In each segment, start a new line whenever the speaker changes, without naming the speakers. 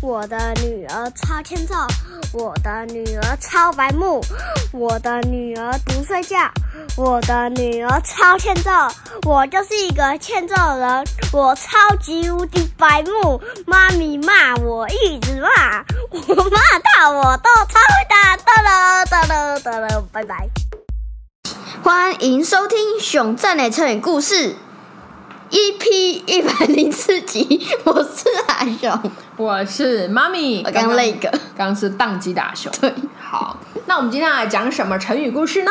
我的女儿超欠揍，我的女儿超白目，我的女儿不睡觉，我的女儿超欠揍，我就是一个欠揍人，我超级无敌白目，妈咪骂我一直骂，我骂到我都超会打，哒了哒了哒了，拜拜。
欢迎收听《熊赞的成语故事》EP 一百零四集， 我是阿熊，
我是妈咪，
我刚累个，
刚刚是宕机大熊。
对，
好，那我们今天要来讲什么成语故事呢？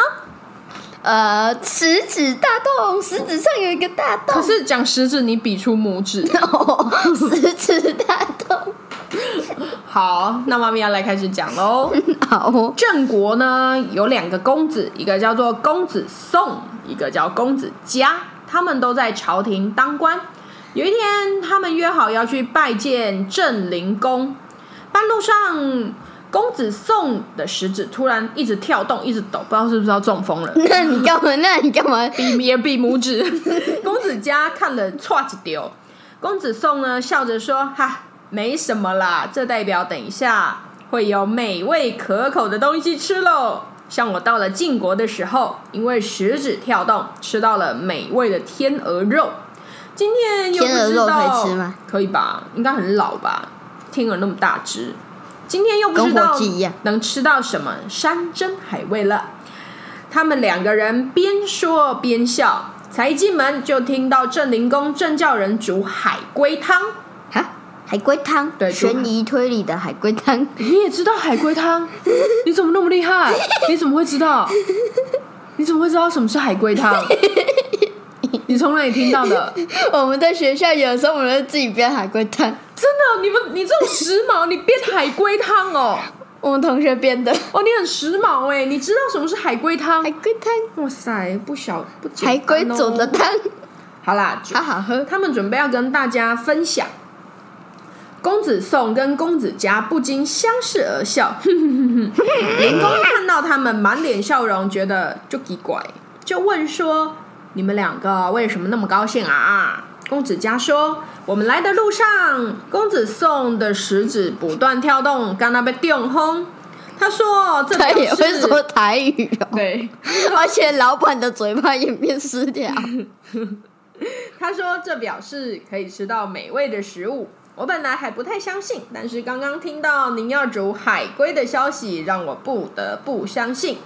呃，食指大动，食指上有一个大
可
洞，
是讲食指，你比出拇指。
哦，食指大动，
好，那妈咪要来开始讲喽。
好哦，
郑国呢有两个公子，一个叫做公子宋，一个叫公子嘉，他们都在朝廷当官。有一天，他们约好要去拜见郑灵公。半路上，公子宋的食指突然一直跳动，一直抖，不知道是不是要中风了。
那你干嘛？那你干嘛？
比也比拇指。 公子家看了歘一丢，公子宋呢笑着说：“哈，没什么啦，这代表等一下会有美味可口的东西吃喽。”像我到了晋国的时候，因为食指跳动，吃到了美味的天鹅肉。今天又不
天鹅
知
肉可以
道
吃吗？
可以吧？应该很老吧？天鹅那么大只，今天又不知
跟火
道
鸡一样
能吃到什么山珍海味了。他们两个人边说边笑，才一进门就听到郑灵公正叫人煮海龟汤。
哈，海龟汤，
对
悬疑推理的海龟汤，
你也知道海龟 汤？你怎么那么厉害？你怎么会知道？你怎么会知道什么是海龟汤？你从哪里听到的？
我们在学校有时候我们会自己编海龟汤，
真的，你们你这种时髦，你编海龟汤 哦！
我们同学编的海
哦，你很时髦哎！你知道什么是海龟汤？
龟汤，
哇塞，不小不简单
海
哦
龟煮的汤，
好啦，
好好喝。
他们准备要跟大家分享。公子宋跟公子嘉不禁相视而笑， 哼哼哼哼。灵公看到他们满脸笑容，觉得就奇怪，就问说：“你们两个为什么那么高兴啊？”公子嘉说：“我们来的路上，公子宋的食指不断跳动，刚刚被电轰。”他说：“这
他
表
也会
示
说台语哦，
对。”
而且老板的嘴巴也变失调。
他说这表示可以吃到美味的食物。我本来还不太相信，但是刚刚听到您要煮海龟的消息，让我不得不相信。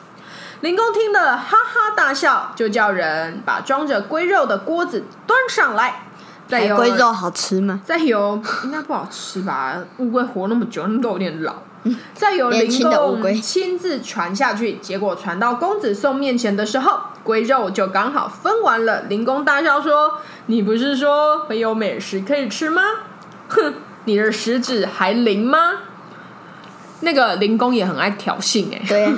林公听得哈哈大笑，就叫人把装着龟肉的锅子端上来。再
海
由
龟肉好吃吗？
再由应该不好吃吧？乌龟活那么久，应该有点老。再由
年
林
轻的乌龟
公亲自传下去，结果传到公子宋面前的时候，龟肉就刚好分完了。林公大笑说：“你不是说会有美食可以吃吗？哼，你的食指还灵吗？” 那个林公也很爱挑衅哎、
对，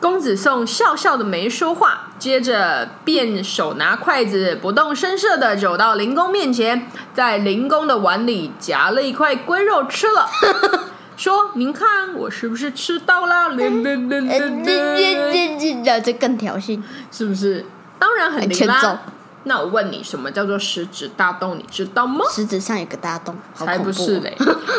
公子宋笑笑的没说话，接着便手拿筷子，不动声色的走到林公面前，在林公的碗里夹了一块龟肉吃 了，说：“您看我是不是吃到啦？”
呃，这这这这这更挑衅，
是不是？当然很灵
哎很欠揍
啦。那我问你，什么叫做食指大动？你知道吗？
食指上有个大洞，好
才
恐
不
怖
是
哦！
嘞！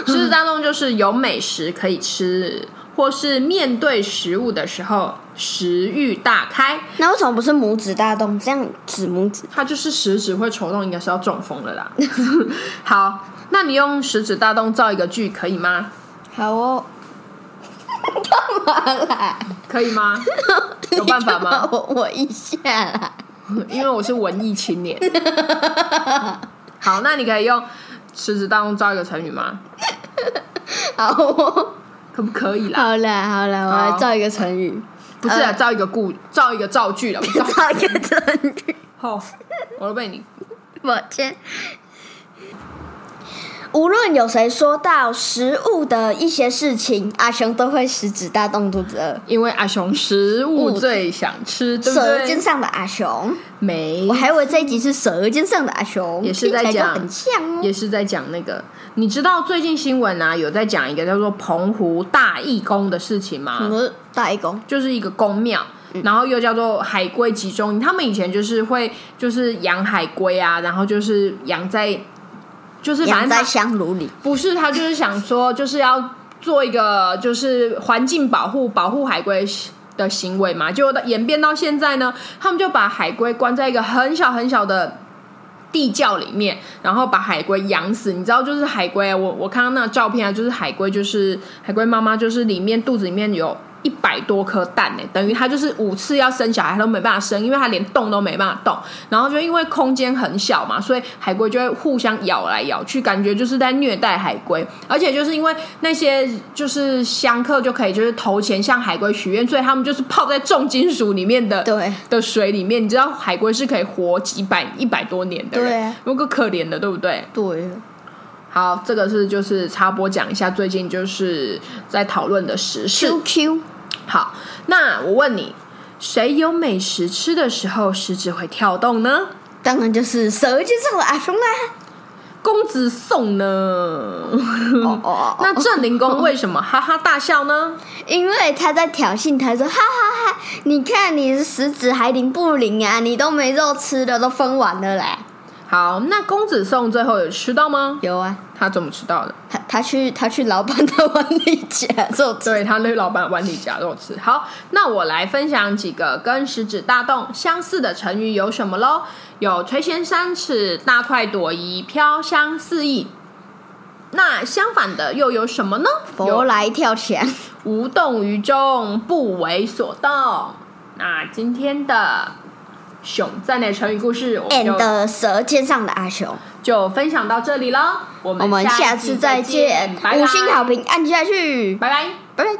食指大动就是有美食可以吃，或是面对食物的时候食欲大开。
那为什么不是拇指大洞？这样指拇指，
他就是食指会抽动，应该是要中风了啦。 好，那你用食指大动造一个句可以吗？
好哦。干嘛啦？
可以 吗？有办法
你
吗
干嘛我我一下啦。
因为我是文艺青年。好，那你可以用食指大动造一个成语吗？
好哦，
可不可以啦？
好啦好啦，我来
好
造一个成语，
不是啊，造一个故，造一个造句了。 造
造一个成语。
好，我都被你
我先。无论有谁说到食物的一些事情，阿雄都会食指大动肚子饿。
因为阿熊食物最想吃，对不
舌尖
对？
上的阿雄，
没
我，还以为这一集是舌尖上的阿雄，
也是在
听起来就
讲
很像哦。
也是在讲那个，你知道最近新闻啊，有在讲一个叫做澎湖大义工的事情吗？
什么大义工？
就是一个公庙，
嗯
然后又叫做海龟集中营。他们以前就是会就是养海龟啊，然后就是养在就是反
养
正
在
他
香炉里。
不是，他就是想说，就是要做一个就是环境保护、保护海龟的行为嘛。就演变到现在呢，他们就把海龟关在一个很小很小的。地窖里面，然后把海龟养死，你知道，就是海龟，我我看到那个照片啊，就是海龟，就是海龟妈妈，就是里面肚子里面有一百多颗蛋呢、等于它就是五次要生小孩它都没办法生，因为它连动都没办法动。然后就因为空间很小嘛，所以海龟就会互相咬来咬去，感觉就是在虐待海龟。而且就是因为那些就是香客就可以就是投钱向海龟许愿，所以他们就是泡在重金属里面的
对
的水里面。你知道海龟是可以活几百一百多年的人，
对啊
有个可怜的，对不对？
对，
好，这个是就是插播讲一下最近就是在讨论的时事。
QQ
好，那我问你，谁有美食吃的时候食指会跳动呢？
当然就是蛇就是我的阿兄啦。
公子宋呢？
哦哦
嗯那郑灵公为什么哈哈大笑呢？
因为他在挑衅，他说：“哈哈哈你看你的食指还灵不灵啊？你都没肉吃的，都分完了嘞。
好，那公子宋最后有吃到吗”？
有啊，
他怎么吃到的？
他他去他去老板的碗里夹肉吃。
对他那老板碗里夹肉吃。好，那我来分享几个跟食指大动相似的成语有什么喽？有垂涎三尺、大快朵颐、飘香四溢。那相反的又有什么呢？有
佛来跳墙，
无动于衷，不为所动。那今天的熊赞美成语故事，我们就
and 呃舌尖上的阿雄。
就分享到这里了。我们
我们下
次
次再见
见，，拜拜
五星好，评按下去，
拜拜。
拜拜。